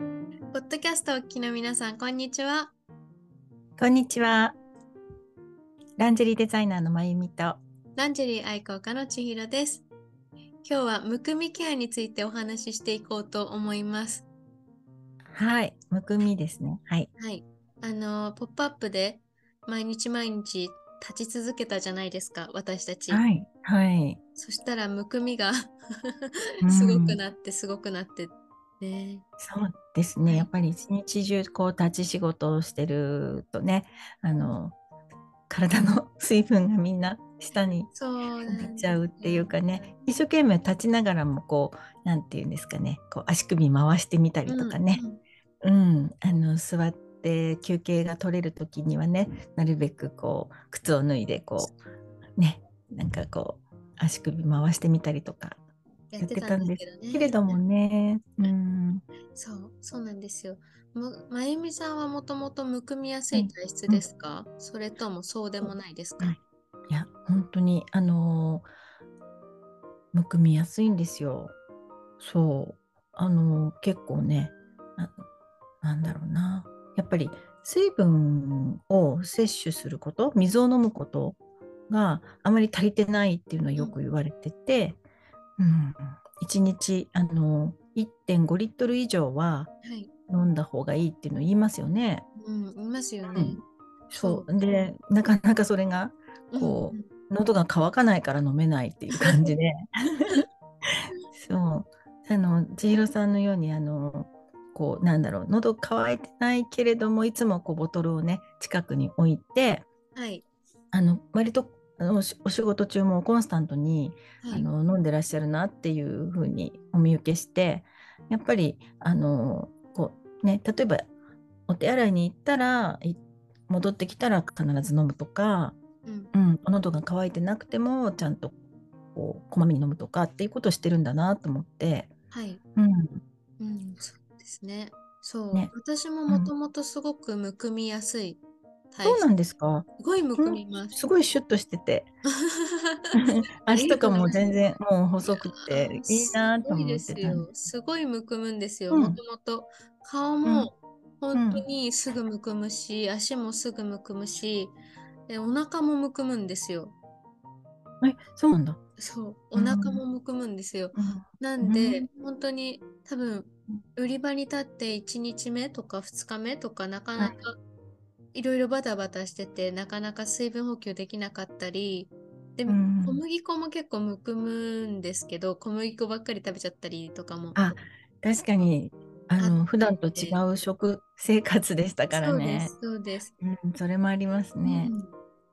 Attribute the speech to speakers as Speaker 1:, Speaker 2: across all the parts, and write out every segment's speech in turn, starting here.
Speaker 1: ッドキャストをお聞きの皆さん、こんにちは。
Speaker 2: こんにちは。ランジェリーデザイナーのまゆみと。
Speaker 1: ランジェリー愛好家の千尋です。今日はむくみケアについてお話ししていこうと思います。
Speaker 2: はい、むくみですね。はい。
Speaker 1: はい。あの、ポップアップで毎日毎日立ち続けたじゃないですか、私たち。
Speaker 2: い。はい。
Speaker 1: そしたらむくみがすごくなって、すごくなって。ね、
Speaker 2: そうです
Speaker 1: は
Speaker 2: ね。
Speaker 1: い
Speaker 2: やっぱり一日中こう立ち仕事をしてるとね、あの体の 水分がみんな下に
Speaker 1: そうなん
Speaker 2: 出
Speaker 1: です
Speaker 2: ちゃうっていうかね、一生懸命立ちながらもこうなんていうんですかね、こう足首回してみたりとかね、
Speaker 1: うんうん
Speaker 2: うん、あの座って休憩が取れる時にはねなるべくこう靴を脱いでこうねなんかこう足首回してみたりとか
Speaker 1: やってたんですけどね。
Speaker 2: けれどもね、うん、
Speaker 1: そう、そうなんですよ。むまゆみさんはもともとむくみやすい体質ですか、それともそうでもないですか、
Speaker 2: はいいや本当にあのーむくみやすいんですよそうあのー結構ねななんだろうなやっぱり水分を摂取すること水を飲むことがあまり足りてないっていうのはよく言われてて、うん、1日あのー1.5リットル以上は
Speaker 1: はい。
Speaker 2: 飲んだ方がいいっていうのを言いますよね。
Speaker 1: うん、いますよ
Speaker 2: う
Speaker 1: ね
Speaker 2: ん。そうでなかなかそれがこう喉が渇かないから飲めないっていう感じでそうあの千尋さんのようにあのこうなんだろう喉渇いてないけれどもいつもこうボトルをね近くに置いて
Speaker 1: うん。はい。
Speaker 2: あの割とあのおしお仕事中もコンスタントに
Speaker 1: は
Speaker 2: あ
Speaker 1: い。
Speaker 2: の飲んでらっしゃるなっていうふうにお見受けしてやっぱりあのこう、ね、例えばお手洗いに行ったらい戻ってきたら必ず飲むとか、
Speaker 1: うん
Speaker 2: うん、喉が渇いてなくてもちゃんとこうこまめに飲むとかっていうことをしてるんだなと思って、
Speaker 1: はい。
Speaker 2: うん、
Speaker 1: うん、そうですね。そう。
Speaker 2: ね
Speaker 1: 私ももともとすごくむくみやすい体
Speaker 2: そう
Speaker 1: 質。
Speaker 2: なんですか
Speaker 1: すごいむくみます。
Speaker 2: すごいシュッとしてて足とかも全然もう細くていいなと思っ
Speaker 1: す
Speaker 2: てたん
Speaker 1: ごいですよすごいむくむんですよ
Speaker 2: うん
Speaker 1: もともと顔も本当にすぐむくむし、足もすぐむくむしでお腹もむくむんですよ
Speaker 2: えそうなんだ、
Speaker 1: そうお
Speaker 2: うん
Speaker 1: 腹もむくむんですよ、
Speaker 2: うん
Speaker 1: なんで、
Speaker 2: うん
Speaker 1: 本当に多分売り場に立って1日目とか2日目とかなかなかいろいろバタバタしててなかなか水分補給できなかったりで、
Speaker 2: うん
Speaker 1: 小麦粉も結構むくむんですけど小麦粉ばっかり食べちゃったりとかも
Speaker 2: あ確かにあ
Speaker 1: あ
Speaker 2: の普段と
Speaker 1: て
Speaker 2: 違う食生活でしたからね。
Speaker 1: そうです
Speaker 2: うん、それもあります
Speaker 1: そうです、
Speaker 2: ね。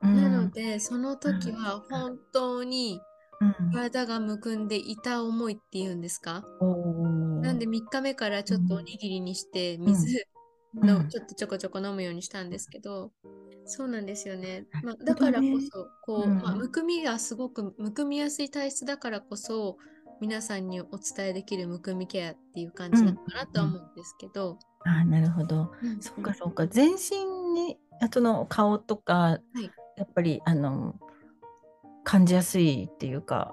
Speaker 2: う
Speaker 1: うん
Speaker 2: ん、
Speaker 1: なのでその時は本当に
Speaker 2: うん、
Speaker 1: 体がむくんでいた思いっていうんですか、
Speaker 2: おー
Speaker 1: なんで3日目からちょっとおにぎりにして
Speaker 2: ん
Speaker 1: 水の、
Speaker 2: うん
Speaker 1: ちょっとちょこちょこ飲むようにしたんですけど、そうなんですよね、まあ、だ
Speaker 2: なるほど
Speaker 1: か
Speaker 2: ね
Speaker 1: らこそこう、
Speaker 2: うん
Speaker 1: まあ、むくみがすごくむくみやすい体質だからこそ皆さんにお伝えできるむくみケアっていう感じなのかなとは思うんですけど、
Speaker 2: あなるほど。
Speaker 1: うん
Speaker 2: そっかそっか全身にあとの顔とか、
Speaker 1: い
Speaker 2: やっぱりあの感じやすいっていうか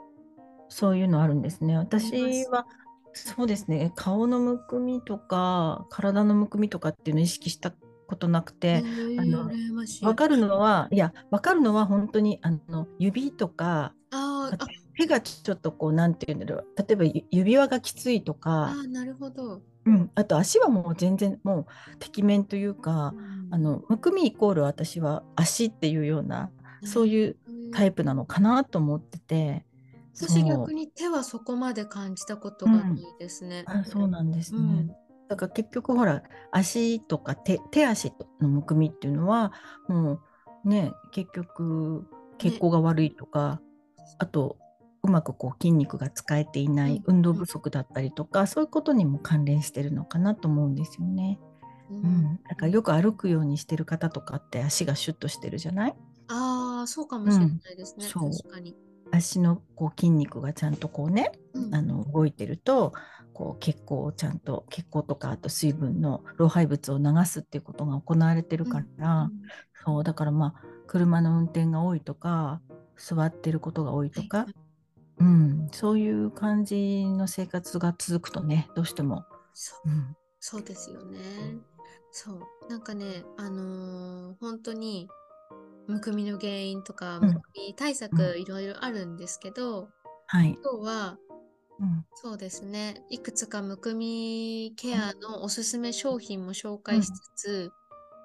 Speaker 2: そういうのあるんですね。私はそうですね顔のむくみとか体のむくみとかっていうのを意識したことなくて。
Speaker 1: へー
Speaker 2: あの
Speaker 1: 羨ましい
Speaker 2: わかるのは、いや、わかるのは本当にあの指とか
Speaker 1: あーあ
Speaker 2: 手がちょっとこうなんていうんだろう、例えばゆ指輪がきついとか、
Speaker 1: あーなるほど。
Speaker 2: うん、あと足はもう全然もうてきめんというか、あのむくみイコール私は足っていうようなそう
Speaker 1: う
Speaker 2: いうタイプなのかなと思ってて、
Speaker 1: 私
Speaker 2: そう
Speaker 1: 逆に手はそこまで感じたことがないですね。
Speaker 2: あそうなんですね。
Speaker 1: うん
Speaker 2: だから結局ほら足とか手手足のむくみっていうのはもうね結局血行が悪いとか、あとうまくこう筋肉が使えていない、
Speaker 1: うん
Speaker 2: 運動不足だったりとかそういうことにも関連してるのかなと思うんですよね。
Speaker 1: う
Speaker 2: うんん、だからよく歩くようにしてる方とかって足がシュッとしてるじゃない
Speaker 1: ああ、そうかもしれないですね。
Speaker 2: うんそう
Speaker 1: 確かに。
Speaker 2: 足のこう筋肉がちゃんとこうね
Speaker 1: うん
Speaker 2: あの動いてるとこう血行をちゃんと血行とかあと水分の老廃物を流すっていうことが行われてるから、
Speaker 1: うん
Speaker 2: そうだからまあ車の運転が多いとか座ってることが多いとか、
Speaker 1: はい
Speaker 2: うん、そういう感じの生活が続くとねどうしても、
Speaker 1: そう
Speaker 2: うん
Speaker 1: そうですよね。そう。なんかね、あのー本当に、むくみの原因とか、
Speaker 2: うん
Speaker 1: むくみ対策いろいろあるんですけど、
Speaker 2: はい。
Speaker 1: 今日は、
Speaker 2: うん。
Speaker 1: そうですね、いくつかむくみケアのおすすめ商品も紹介しつつ、
Speaker 2: うん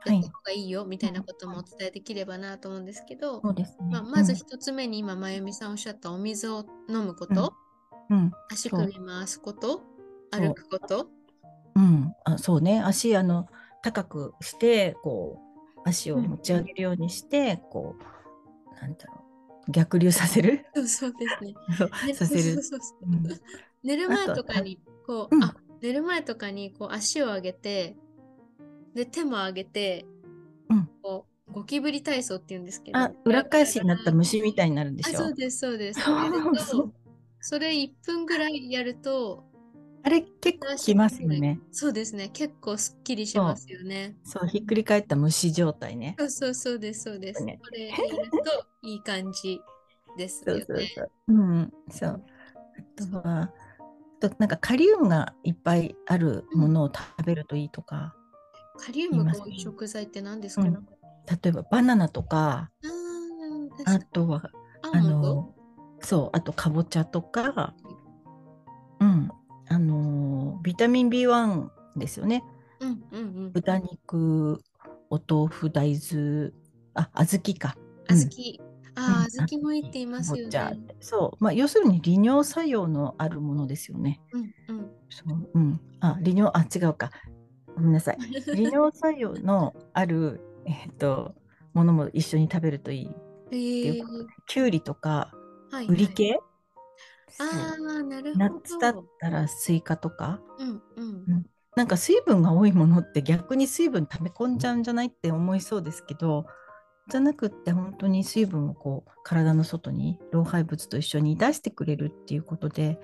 Speaker 1: や
Speaker 2: は
Speaker 1: っ
Speaker 2: い
Speaker 1: た方がいいよみたいなこともお伝えできればなと思うんですけど、
Speaker 2: そうですね。
Speaker 1: まあ、まず
Speaker 2: うん
Speaker 1: 一つ目に今、まゆみさんおっしゃったお水を飲むこと、
Speaker 2: うん。
Speaker 1: 足首回すこと、歩くこと、
Speaker 2: うん、あ、そうね。足、あの、高くして、こう、足を持ち上げるようにして、こう、なんだろう、逆流させる
Speaker 1: そうそうですね。
Speaker 2: そう
Speaker 1: ね
Speaker 2: させ
Speaker 1: そう
Speaker 2: る。
Speaker 1: そうそう
Speaker 2: うん
Speaker 1: 寝る前
Speaker 2: あと
Speaker 1: とかにこう、
Speaker 2: うん
Speaker 1: あ寝る前とかにこう足を上げてで手も上げて、
Speaker 2: うん
Speaker 1: こうゴキブリ体操って言うんですけど
Speaker 2: あ、裏返しになった虫みたいになるんで
Speaker 1: あ
Speaker 2: し
Speaker 1: そ
Speaker 2: ょ
Speaker 1: うですそうですそれ
Speaker 2: そう
Speaker 1: だ
Speaker 2: そ
Speaker 1: と
Speaker 2: う
Speaker 1: それ1分ぐらいやると
Speaker 2: あれ結構きますよね。
Speaker 1: そうですね結構すっきりしますよね
Speaker 2: そう、ひっくり返った虫状態ね。
Speaker 1: そうそうそうですそうです
Speaker 2: ね
Speaker 1: これやるといい感じですよね
Speaker 2: そう。うん、そう。あとは、あとなんかカリウムがいっぱいあるものを食べるといいとか、
Speaker 1: カリウムが多い食材って何ですか、
Speaker 2: う
Speaker 1: ね
Speaker 2: ん例えばバナナとか、
Speaker 1: あー
Speaker 2: あ
Speaker 1: 確か
Speaker 2: とは、
Speaker 1: に
Speaker 2: あ
Speaker 1: アーモンド
Speaker 2: の、そう、あとかぼちゃとか、うん、あの、ビタミン B1 ですよね。
Speaker 1: うんうんうん
Speaker 2: 豚肉、お豆腐、大豆、あ、小豆か。うん
Speaker 1: 小豆、ああ、
Speaker 2: うん
Speaker 1: 小豆もいいって言いますよ
Speaker 2: かぼ
Speaker 1: ね。
Speaker 2: ちゃそう、まあ、要するに利尿作用のあるものですよね。
Speaker 1: うんうん。
Speaker 2: そう、うん、あ、利尿、あ、違うか。ごめん なさい。利尿作用のある、えっと、ものも一緒に食べるといい。
Speaker 1: え
Speaker 2: てい
Speaker 1: ー
Speaker 2: う、きゅうりとか、
Speaker 1: はい、
Speaker 2: ウリ
Speaker 1: はい。
Speaker 2: 系。そう
Speaker 1: ああ、なるほど。
Speaker 2: 夏だったらスイカとか、
Speaker 1: うんうん。
Speaker 2: なんか水分が多いものって逆に水分溜め込んじゃうんじゃないって思いそうですけど、じゃなくって本当に水分をこう体の外に老廃物と一緒に出してくれるっていうことで、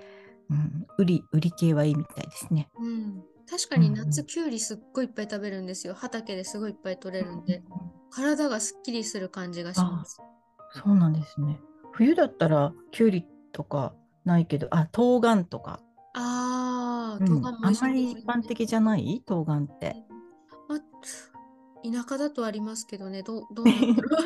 Speaker 2: うん、ウリウリ系はいいみたいですね。
Speaker 1: うん。確かに
Speaker 2: うん
Speaker 1: 夏きゅうりすっごいいっぱい食べるんですよ。畑ですごいいっぱい取れるんで、体がすっきりする感じがします。
Speaker 2: そうなんですね。冬だったらきゅうりとかないけど、あ、冬瓜とか、
Speaker 1: ああ、
Speaker 2: うん
Speaker 1: とかも
Speaker 2: あん
Speaker 1: 一緒
Speaker 2: まり
Speaker 1: に
Speaker 2: 一般的じゃない冬瓜って。
Speaker 1: あ田舎だとありますけどね、どうどうなんだろう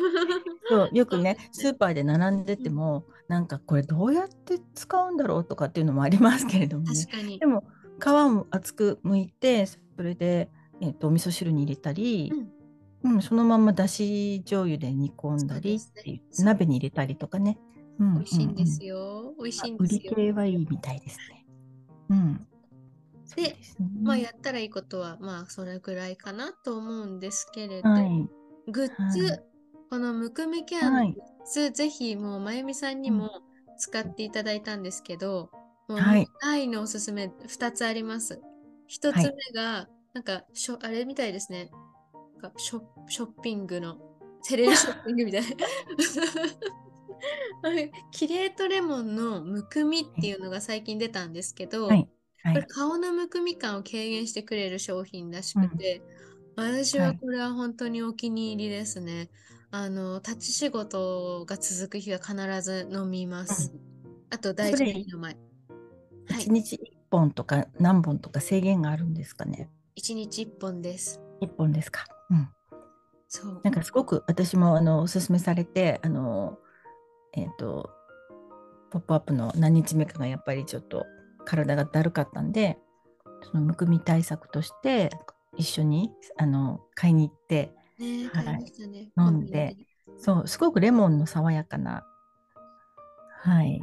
Speaker 2: そうよくねスーパーで並んでてもなんかこれどうやって使うんだろうとかっていうのもありますけれ ども、ね
Speaker 1: 確、かに
Speaker 2: で。も皮も厚く剥いてそれで、えっとお味噌汁に入れたり、うんそのままだし醤油で煮込んだり
Speaker 1: そう
Speaker 2: っ
Speaker 1: ですね
Speaker 2: ていう鍋に入れたりとかね、うん
Speaker 1: 美味しいんです
Speaker 2: よ、
Speaker 1: よ。美味しいん
Speaker 2: うんうん
Speaker 1: です
Speaker 2: 売り
Speaker 1: よ。
Speaker 2: 系はいいみたいですね。うん、
Speaker 1: で
Speaker 2: そうすね
Speaker 1: まあやったらいいことはまあそれぐらいかなと思うんですけれど、
Speaker 2: はい、
Speaker 1: グッズ、
Speaker 2: はい
Speaker 1: このむくみケアの
Speaker 2: はい
Speaker 1: グッズ、ぜひもうまゆみさんにも使っていただいたんですけど、もう
Speaker 2: はい
Speaker 1: 愛のおすすめ2つあります。1つ目が、なんかしょあれみたいですね。なんかショショッピングのテレビショッピングみたい な。 あれキレートレモンのむくみっていうのが最近出たんですけど、
Speaker 2: はいは
Speaker 1: これ
Speaker 2: い、
Speaker 1: 顔のむくみ感を軽減してくれる商品らしくて、私ははいこれは本当にお気に入りですね。あの、立ち仕事が続く日は必ず飲みます。あと、大事な日の前。はい
Speaker 2: 一、日一本とか何本とか制限があるんですかね。
Speaker 1: 一日一本です。
Speaker 2: 一本ですか。うん。
Speaker 1: そう
Speaker 2: な。んかすごく私もあのおすすめされてあのえっ、と「ポップアップの何日目かがやっぱりちょっと体がだるかったんでそのむくみ対策として一緒にあの買いに行って
Speaker 1: ねえ、
Speaker 2: は
Speaker 1: 買
Speaker 2: い
Speaker 1: いましたね。
Speaker 2: 飲んでそうすごくレモンの爽やかなはい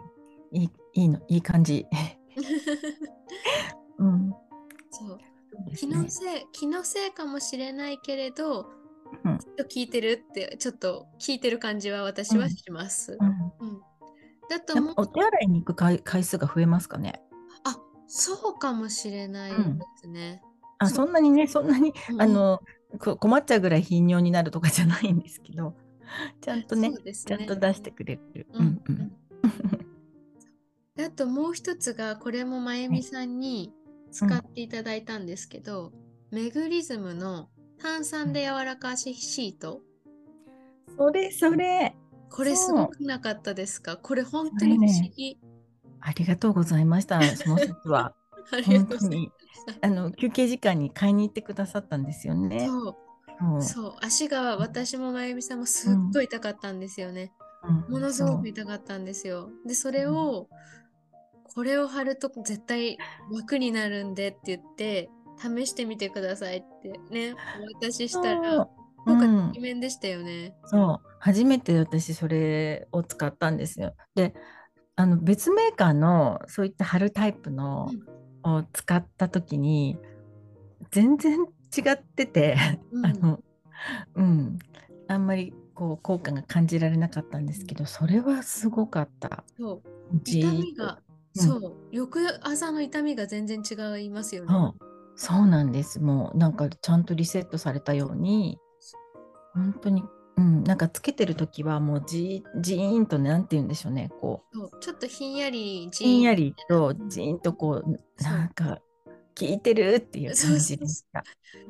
Speaker 2: いいいいのいい感じ、
Speaker 1: コンビニで。
Speaker 2: うん、
Speaker 1: そう。
Speaker 2: そうです
Speaker 1: 気
Speaker 2: ね
Speaker 1: のせい、気のせいかもしれないけれど、
Speaker 2: うん
Speaker 1: きっと聞いてるって、ちょっと聞いてる感じは私はします。
Speaker 2: うん
Speaker 1: うん。だと
Speaker 2: や
Speaker 1: も
Speaker 2: っ
Speaker 1: う
Speaker 2: ぱお手洗いに行く回回数が増えますかね
Speaker 1: あ、そうかもしれないですね。
Speaker 2: あ
Speaker 1: そ
Speaker 2: そんなにねそんなに
Speaker 1: うん
Speaker 2: あのこ困っちゃうぐらい頻尿になるとかじゃないんですけど ちゃんとね
Speaker 1: そうです
Speaker 2: ちゃんと出してくれる。
Speaker 1: う
Speaker 2: うんん
Speaker 1: う
Speaker 2: うんん、
Speaker 1: あともう一つが、これもまゆみさんに使っていただいたんですけど、メグリズムの炭酸で柔らかしシート。
Speaker 2: それそれ
Speaker 1: これすごくなかったですかこれ本当に不思議。
Speaker 2: ありがとうございましたその説は。
Speaker 1: ありが
Speaker 2: 本
Speaker 1: とう
Speaker 2: 当
Speaker 1: ござい
Speaker 2: にあの休憩時間に買いに行ってくださったんですよ
Speaker 1: ます。
Speaker 2: ね。
Speaker 1: そう、
Speaker 2: そう
Speaker 1: そう、足が私もまゆみさんもすっごい痛かったんですよね。
Speaker 2: うん
Speaker 1: ものすご
Speaker 2: そう
Speaker 1: く痛かったんですよ。で、それを、これを貼ると絶対楽になるんでって言って、試してみてくださいってね、お渡ししたら、
Speaker 2: そうう
Speaker 1: なん
Speaker 2: ん
Speaker 1: か、イ面でしたよね。
Speaker 2: そう初めて私それを使ったんですよ。であの別メーカーのそういった貼るタイプのを使った時に全然違ってて
Speaker 1: うん
Speaker 2: あの、うん、あんまりこう効果が感じられなかったんですけどそれはすごかった。
Speaker 1: そう、
Speaker 2: じー
Speaker 1: 痛
Speaker 2: っと
Speaker 1: みが、
Speaker 2: うん
Speaker 1: そう、翌朝の痛みが全然違いますよね。
Speaker 2: そうそうなんですもうなんかちゃんとリセットされたように本当に、うん、なんかつけてる時はもうじーじーんとなんて言うんでしょうねこう
Speaker 1: そうちょっとひんやり、じー
Speaker 2: ひんや
Speaker 1: り。
Speaker 2: りとじーんとこう
Speaker 1: そう
Speaker 2: なんか聞いてるっていう感じでした。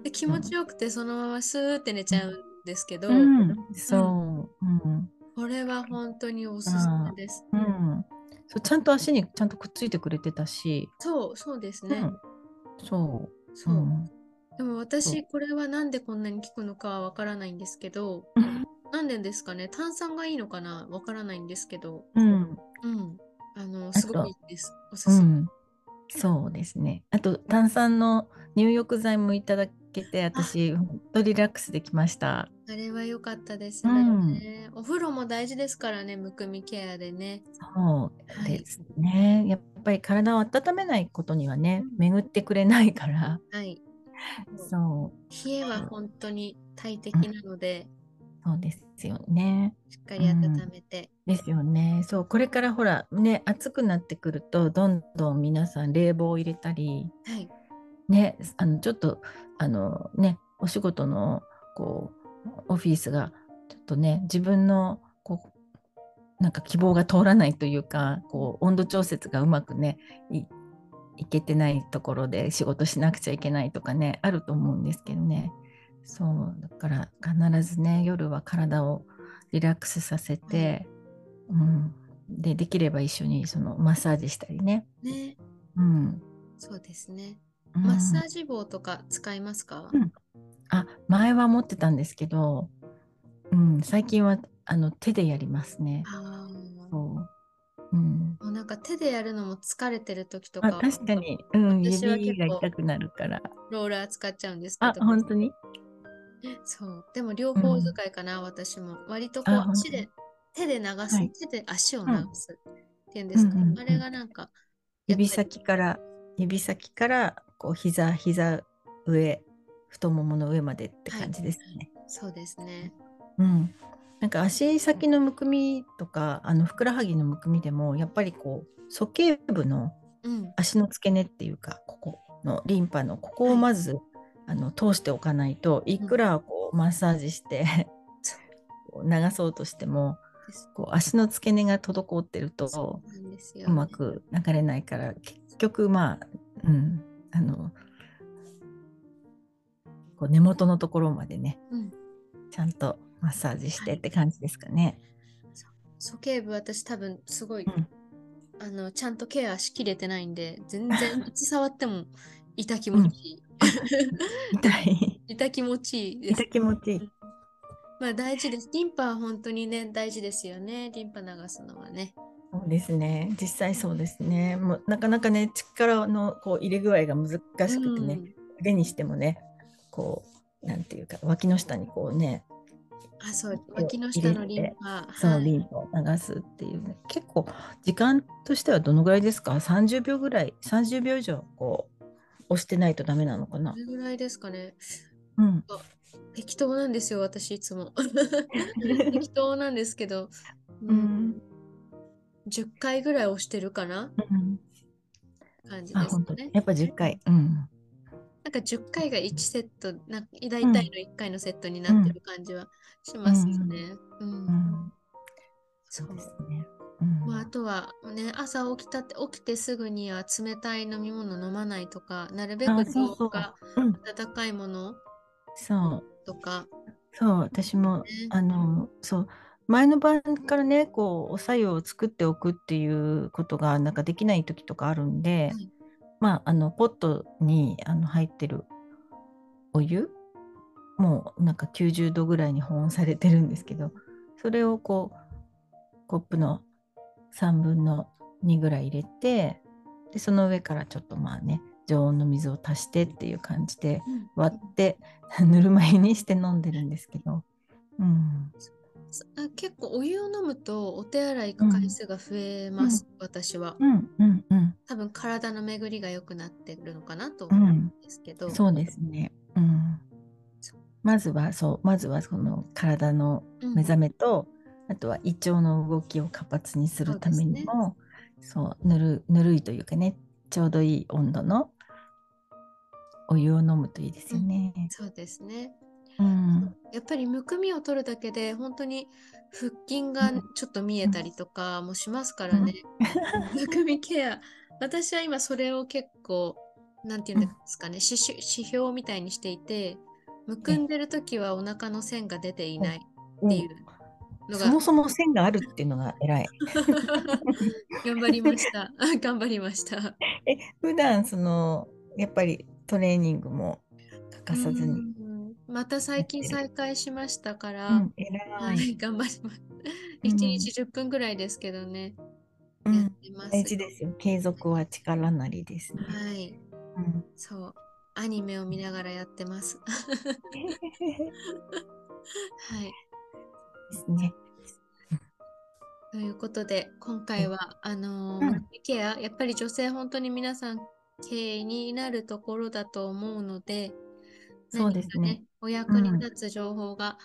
Speaker 1: で気持ちよくて、そのままスーって寝ちゃうんですけど、
Speaker 2: うん、そう、うん
Speaker 1: これは本当におすすめです。
Speaker 2: うん、そうちゃんと足にちゃんとくっついてくれてたし、
Speaker 1: そう、そうです
Speaker 2: う
Speaker 1: ね。
Speaker 2: ん、そ、
Speaker 1: そうう。
Speaker 2: ん、
Speaker 1: でも私、これはなんでこんなに効くのかはわからないんですけど、なんでですかね、炭酸がいいのかなわからないんですけど、
Speaker 2: うん、
Speaker 1: うん。あの、
Speaker 2: と
Speaker 1: すごくいいです。おす
Speaker 2: う
Speaker 1: すめ。
Speaker 2: ん、そうですね。あと炭酸の入浴剤もいただけて、私本当リラックスできました。
Speaker 1: あれは良かったですね、お風呂も大事ですからね、むくみケアでね。
Speaker 2: そうですね。やっぱり体を温めないことにはね、
Speaker 1: うん
Speaker 2: 巡ってくれないから。
Speaker 1: はい。
Speaker 2: そう、
Speaker 1: 冷えは本当に大敵なので、
Speaker 2: そうですよね。
Speaker 1: しっかり温めて。
Speaker 2: ですよね。そう、これからほら、ね、暑くなってくると、どんどん皆さん冷房を入れたり。
Speaker 1: はい。
Speaker 2: ね、あのちょっとあのねお仕事のこうオフィスがちょっとね自分のこうなんか希望が通らないというかこう温度調節がうまくねいいけてないところで仕事しなくちゃいけないとかねあると思うんですけどねそうだから必ずね夜は体をリラックスさせて、うん、でできれば一緒にそのマッサージしたりね。
Speaker 1: ね。
Speaker 2: うん
Speaker 1: そうですね。
Speaker 2: うん
Speaker 1: マッサージ棒とか使いますか、
Speaker 2: うんあ、前は持ってたんですけど、うん、最近はあの手でやりますね。
Speaker 1: ああ。
Speaker 2: そう。うん。
Speaker 1: もうなんか手でやるのも疲れてる時と
Speaker 2: あ、
Speaker 1: か、
Speaker 2: 確かに、うん、
Speaker 1: 私は
Speaker 2: 指が
Speaker 1: 結構
Speaker 2: 痛くなるから。
Speaker 1: ローラー使っちゃうんですけ
Speaker 2: あ、
Speaker 1: ど、
Speaker 2: 本当に。
Speaker 1: そう。でも両方使いかな、私も。割とこ
Speaker 2: あ
Speaker 1: う
Speaker 2: 本当
Speaker 1: 足で、手で流す、
Speaker 2: はい
Speaker 1: 手で足を流すっていうんですか、
Speaker 2: うんうんうん
Speaker 1: あれがなんか、
Speaker 2: 指先から、指先から、こう膝、膝上、太ももの上までって感じですね。
Speaker 1: そうですね。
Speaker 2: うん。なんか足先のむくみとか、あのふくらはぎのむくみでも、やっぱりこう、鼠径部の
Speaker 1: うん。
Speaker 2: 足の付け根っていうかここのリンパのここをまず、あの通しておかないといくらこうマッサージして こう流そうとしても
Speaker 1: です
Speaker 2: こう足の付け根が滞ってると
Speaker 1: そうなんですよ、
Speaker 2: うまく流れないから結局まあ、うん、あのこう根元のところまでね
Speaker 1: うん。
Speaker 2: ちゃんとマッサージしてって感じですかね。
Speaker 1: 鼠径部、私多分すごい、
Speaker 2: うん
Speaker 1: あの、ちゃんとケアしきれてないんで、全 然口触っても痛気持ちいい。
Speaker 2: 痛い
Speaker 1: 痛気持ちいいです
Speaker 2: 痛。気持ちいい。
Speaker 1: まあ大事です。リンパは本当にね、大事ですよね。リンパ流すのはね。
Speaker 2: そうですね。実際そうですね。もうなかなかね、力のこう入れ具合が難しくてね、
Speaker 1: うん
Speaker 2: 腕にしてもね、こうなんていうか脇の下にこうね、
Speaker 1: あ、そう、
Speaker 2: を
Speaker 1: 脇の下のリ
Speaker 2: 入れ
Speaker 1: ン
Speaker 2: て
Speaker 1: パ。
Speaker 2: そ
Speaker 1: は
Speaker 2: の
Speaker 1: い
Speaker 2: リンパを流すっていうね、結構時間としてはどのぐらいですか？30秒ぐらい、30秒以上こう押してないとダメなのかな
Speaker 1: ど。れぐらいですかね。
Speaker 2: うん。
Speaker 1: 適当なんですよ、私いつも。 適当なんですけど、う
Speaker 2: うんん、
Speaker 1: 10回ぐらい押してるかな
Speaker 2: うん
Speaker 1: 感じ
Speaker 2: あ、
Speaker 1: です
Speaker 2: 本当。
Speaker 1: ね。
Speaker 2: やっぱ10回。うん。
Speaker 1: なんか10回が1セット、なんか大体の1回のセットになってる感じはしますよね。うん。
Speaker 2: うん。
Speaker 1: そ
Speaker 2: そうです
Speaker 1: う。
Speaker 2: ね。うん。
Speaker 1: まあ、あとはね、朝起きたって、起きてすぐには冷たい飲み物飲まないとか、なるべ
Speaker 2: あ
Speaker 1: く
Speaker 2: そうそ
Speaker 1: 今
Speaker 2: う
Speaker 1: 日が
Speaker 2: うん
Speaker 1: 温かいもの
Speaker 2: そう。
Speaker 1: とか、
Speaker 2: そう私も
Speaker 1: ね
Speaker 2: あのそう前の晩からねこうお白湯を作っておくっていうことがなんかできない時とかあるんで、
Speaker 1: はい
Speaker 2: まあ、あのポットにあの入ってるお湯もうなんか90度ぐらいに保温されてるんですけどそれをこうコップの3分の2ぐらい入れてでその上からちょっとまあね常温の水を足してっていう感じで
Speaker 1: うん
Speaker 2: 割って ぬるま湯にして飲んでるんですけど、うん、
Speaker 1: すあ結構お湯を飲むとお手洗い行く回数が増えます、私は。
Speaker 2: うんうんうん
Speaker 1: 多分体の巡りが良くなってるのかなと
Speaker 2: う
Speaker 1: 思うん
Speaker 2: ん
Speaker 1: ですけど。
Speaker 2: そうですね、うん
Speaker 1: そう、
Speaker 2: まずはそうまずはその体の
Speaker 1: うん
Speaker 2: 目覚めと、あとは胃腸の動きを活発にするためにもそう,、ぬるぬるいというかねちょうどいい温度のお湯を飲むといいですよね。
Speaker 1: そうですね。
Speaker 2: うん
Speaker 1: やっぱりむくみを取るだけで本当に腹筋がちょっと見えたりとかもしますからね。むくみケア。私は今それを結構、なんて言うんですかね、指標指標みたいにしていて、むくんでる時はお腹の線が出ていないっていうの
Speaker 2: そ
Speaker 1: が
Speaker 2: もそも線があるっていうのが偉い。
Speaker 1: 頑張りました。頑張りました。
Speaker 2: え普段そのやっぱりトレーニングも欠かさずに。
Speaker 1: うんまた最近再開しましたから、
Speaker 2: うん、偉。
Speaker 1: はいい、頑張ります。
Speaker 2: うん
Speaker 1: 1日10分ぐらいですけどね、
Speaker 2: う
Speaker 1: やっ
Speaker 2: ん、
Speaker 1: てます。
Speaker 2: 大事ですよ。継続は力なりですね。
Speaker 1: はい、
Speaker 2: うん
Speaker 1: そう。アニメを見ながらやってます。 はい。
Speaker 2: ですね。
Speaker 1: ということで、今回は、あのー
Speaker 2: うん
Speaker 1: マルチケア、やっぱり女性、本当に皆さん、経営になるところだと思うので、
Speaker 2: そうですね
Speaker 1: 何かお役に立つ情報が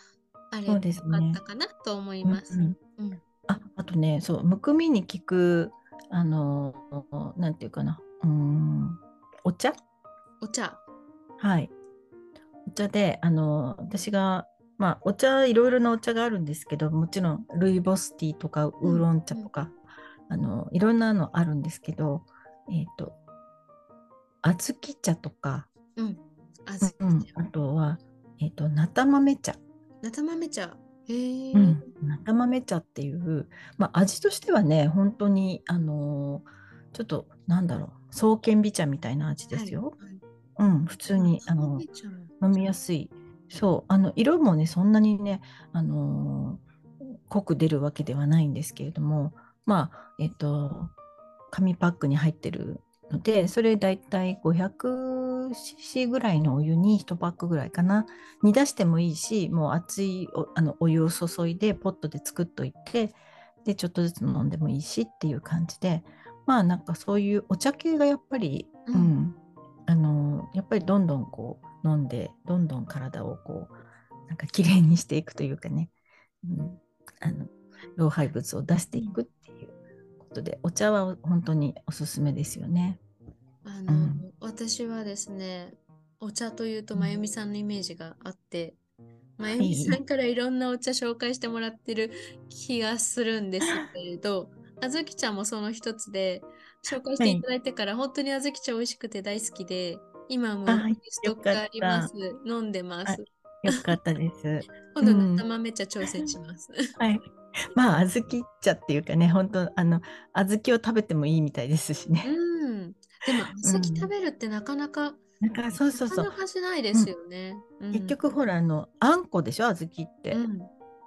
Speaker 1: あればよ
Speaker 2: そう
Speaker 1: か
Speaker 2: ですね
Speaker 1: ったかなと思います。
Speaker 2: うんうん
Speaker 1: うん
Speaker 2: ああとねそうむくみに効くあのなんていうかなうーんお茶
Speaker 1: お茶。
Speaker 2: はいお茶であの私がまあお茶いろいろなお茶があるんですけどもちろんルイボスティーとかウーロン茶とか、あのいろんなのあるんですけどえっ、と小豆茶とか、
Speaker 1: うん。あずき茶。
Speaker 2: うんあとはえっ、となた豆茶
Speaker 1: なたまめ茶。へえ、
Speaker 2: うん、中豆茶っていう、まあ、味としてはね本当にあのーちょっとなんだろう爽健美茶みたいな味ですよ、
Speaker 1: はいはい
Speaker 2: うん普通にあの
Speaker 1: 生茶
Speaker 2: 飲みやすいそうあの色もねそんなにねあのー濃く出るわけではないんですけれどもまあえっと紙パックに入ってるのでそれだいたい 500cc ぐらいのお湯に1パックぐらいかな煮出してもいいしもう熱いおあのお湯を注いでポットで作っといてでちょっとずつ飲んでもいいしっていう感じでまあなんかそういうお茶系がやっぱり、
Speaker 1: う
Speaker 2: うんんあのやっぱりどんどんこう飲んでどんどん体をこうなんか綺麗にしていくというかね、うん、あの老廃物を出していくっていうことでお茶は本当におすすめですよね。
Speaker 1: あの、
Speaker 2: うん
Speaker 1: 私はですね、お茶というと
Speaker 2: うん
Speaker 1: まゆみさんのイメージがあって、まゆみさんからいろんなお茶紹介してもらってる気がするんですけれ ど、あずき茶もその一つで、紹介していただいてから、本当にあずき茶美味しくて大好きで、今も
Speaker 2: あ
Speaker 1: ストックあります。飲んでます。
Speaker 2: よかっ たです。
Speaker 1: 今度、
Speaker 2: うん
Speaker 1: なたまめ茶挑戦し ます。
Speaker 2: はい。まあ小豆茶っていうかね、本当あの小豆を食べてもいいみたいですしね。
Speaker 1: うん。でも、小豆食べるってなかなか、
Speaker 2: なんかそうそう
Speaker 1: な
Speaker 2: そ
Speaker 1: か
Speaker 2: う
Speaker 1: な。かしないですよね。うん
Speaker 2: 結、局ほらあのあんこでしょ小豆って。
Speaker 1: うん、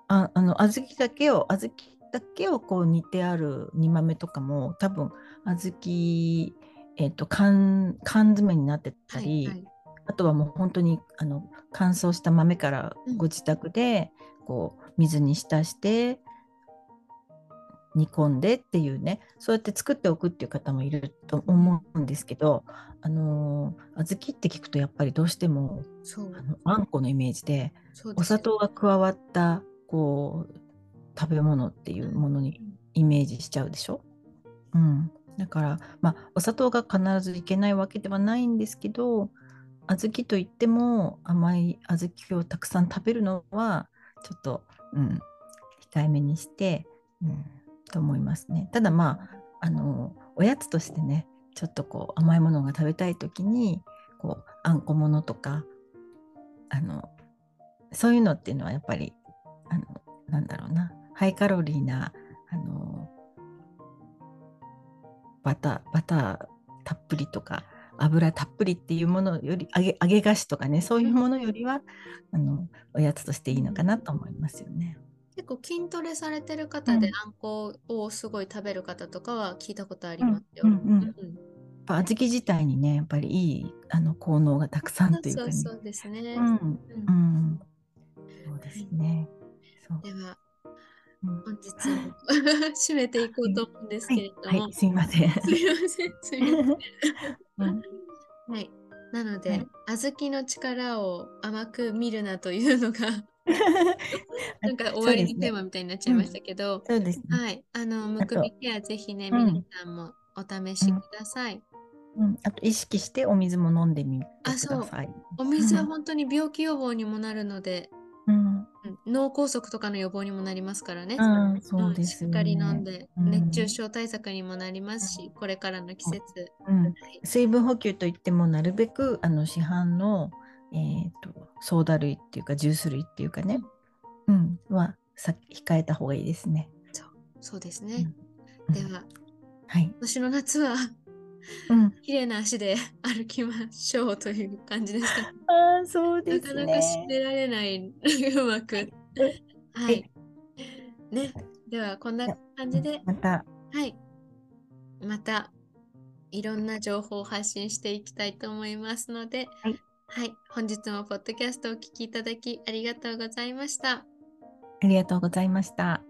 Speaker 2: ああの小豆だけを小豆だけをこう煮てある煮豆とかも多分小豆えっ、と缶缶詰になってたり、
Speaker 1: はいはい
Speaker 2: あとはもう本当にあの乾燥した豆から
Speaker 1: うん
Speaker 2: ご自宅でこう水に浸して煮込んでっていうねそうやって作っておくっていう方もいると思うんですけど、あのー小豆って聞くとやっぱりどうしても
Speaker 1: そう
Speaker 2: あのあんこのイメージで
Speaker 1: そう
Speaker 2: お
Speaker 1: ですよ
Speaker 2: 砂糖が加わったこう食べ物っていうものに
Speaker 1: うん
Speaker 2: イメージしちゃうでしょ、うん、だから、まあ、お砂糖が必ずいけないわけではないんですけど小豆といっても甘い小豆をたくさん食べるのはちょっと、うん、控えめにして、うん、と思いますね。ただまああのおやつとしてねちょっとこう甘いものが食べたい時にこうあんこものとかあのそういうのっていうのはやっぱりあのなんだろうなハイカロリーなあのバターバターたっぷりとか油たっぷりっていうものより揚げ揚げ菓子とかねそういうものよりはあのおやつとしていいのかなと思いますよね。
Speaker 1: 結構筋トレされてる方で
Speaker 2: うん
Speaker 1: あんこをすごい食べる方とかは聞いたことありますよ。
Speaker 2: うんうんうん
Speaker 1: うん
Speaker 2: やっぱ小豆自体にねやっぱりいいあの効能がたくさんという
Speaker 1: そ
Speaker 2: か
Speaker 1: う
Speaker 2: ね。
Speaker 1: そうそうですね。
Speaker 2: うん
Speaker 1: うん
Speaker 2: うんそうですね。そう
Speaker 1: では
Speaker 2: うん
Speaker 1: 本日も 締めていこうと思うんです
Speaker 2: は
Speaker 1: けれ
Speaker 2: い、
Speaker 1: ども、
Speaker 2: はい、すいません。
Speaker 1: すみません、すみません。
Speaker 2: うん
Speaker 1: はい。なの
Speaker 2: は
Speaker 1: で
Speaker 2: い、
Speaker 1: 小豆の力を甘く見るなというの が、 なんか終わりのテーマみたいになっちゃいましたけど、
Speaker 2: そうですね。そうですね
Speaker 1: はい。あの、むくみケア、ぜひね、
Speaker 2: うん
Speaker 1: 皆さんもお試しください。
Speaker 2: うん、あと意識してお水も飲んでみて
Speaker 1: あ
Speaker 2: ください。
Speaker 1: お水は
Speaker 2: うん
Speaker 1: 本当に病気予防にもなるので、
Speaker 2: うん、
Speaker 1: うん脳梗塞とかの予防にもなりますからね。
Speaker 2: うん、そう
Speaker 1: うん
Speaker 2: で
Speaker 1: し
Speaker 2: す
Speaker 1: っ
Speaker 2: よ
Speaker 1: かり飲ん
Speaker 2: ね。
Speaker 1: で、
Speaker 2: うん
Speaker 1: 熱中症対策にもなりますし、これからの季節。
Speaker 2: うん、
Speaker 1: はい
Speaker 2: 水分補給といってもなるべくあの市販の、えー、とソーダ類っていうかジュース類っていうかね、うん、はさ控えた方がいいですね。
Speaker 1: そうですね。
Speaker 2: うん
Speaker 1: では、
Speaker 2: はい
Speaker 1: 今、年の夏は、
Speaker 2: うん、
Speaker 1: 綺麗な足で歩きましょうという感じですかね。
Speaker 2: ああそう
Speaker 1: な
Speaker 2: で
Speaker 1: か
Speaker 2: す
Speaker 1: な
Speaker 2: ね。
Speaker 1: か締められない、 うまく。はいい。ね。では、こんな感じで、
Speaker 2: また
Speaker 1: はい。また、いろんな情報を発信していきたいと思いますので、
Speaker 2: はい。
Speaker 1: はい。本日もポッドキャストをお聞きいただきありがとうございました。
Speaker 2: ありがとうございました。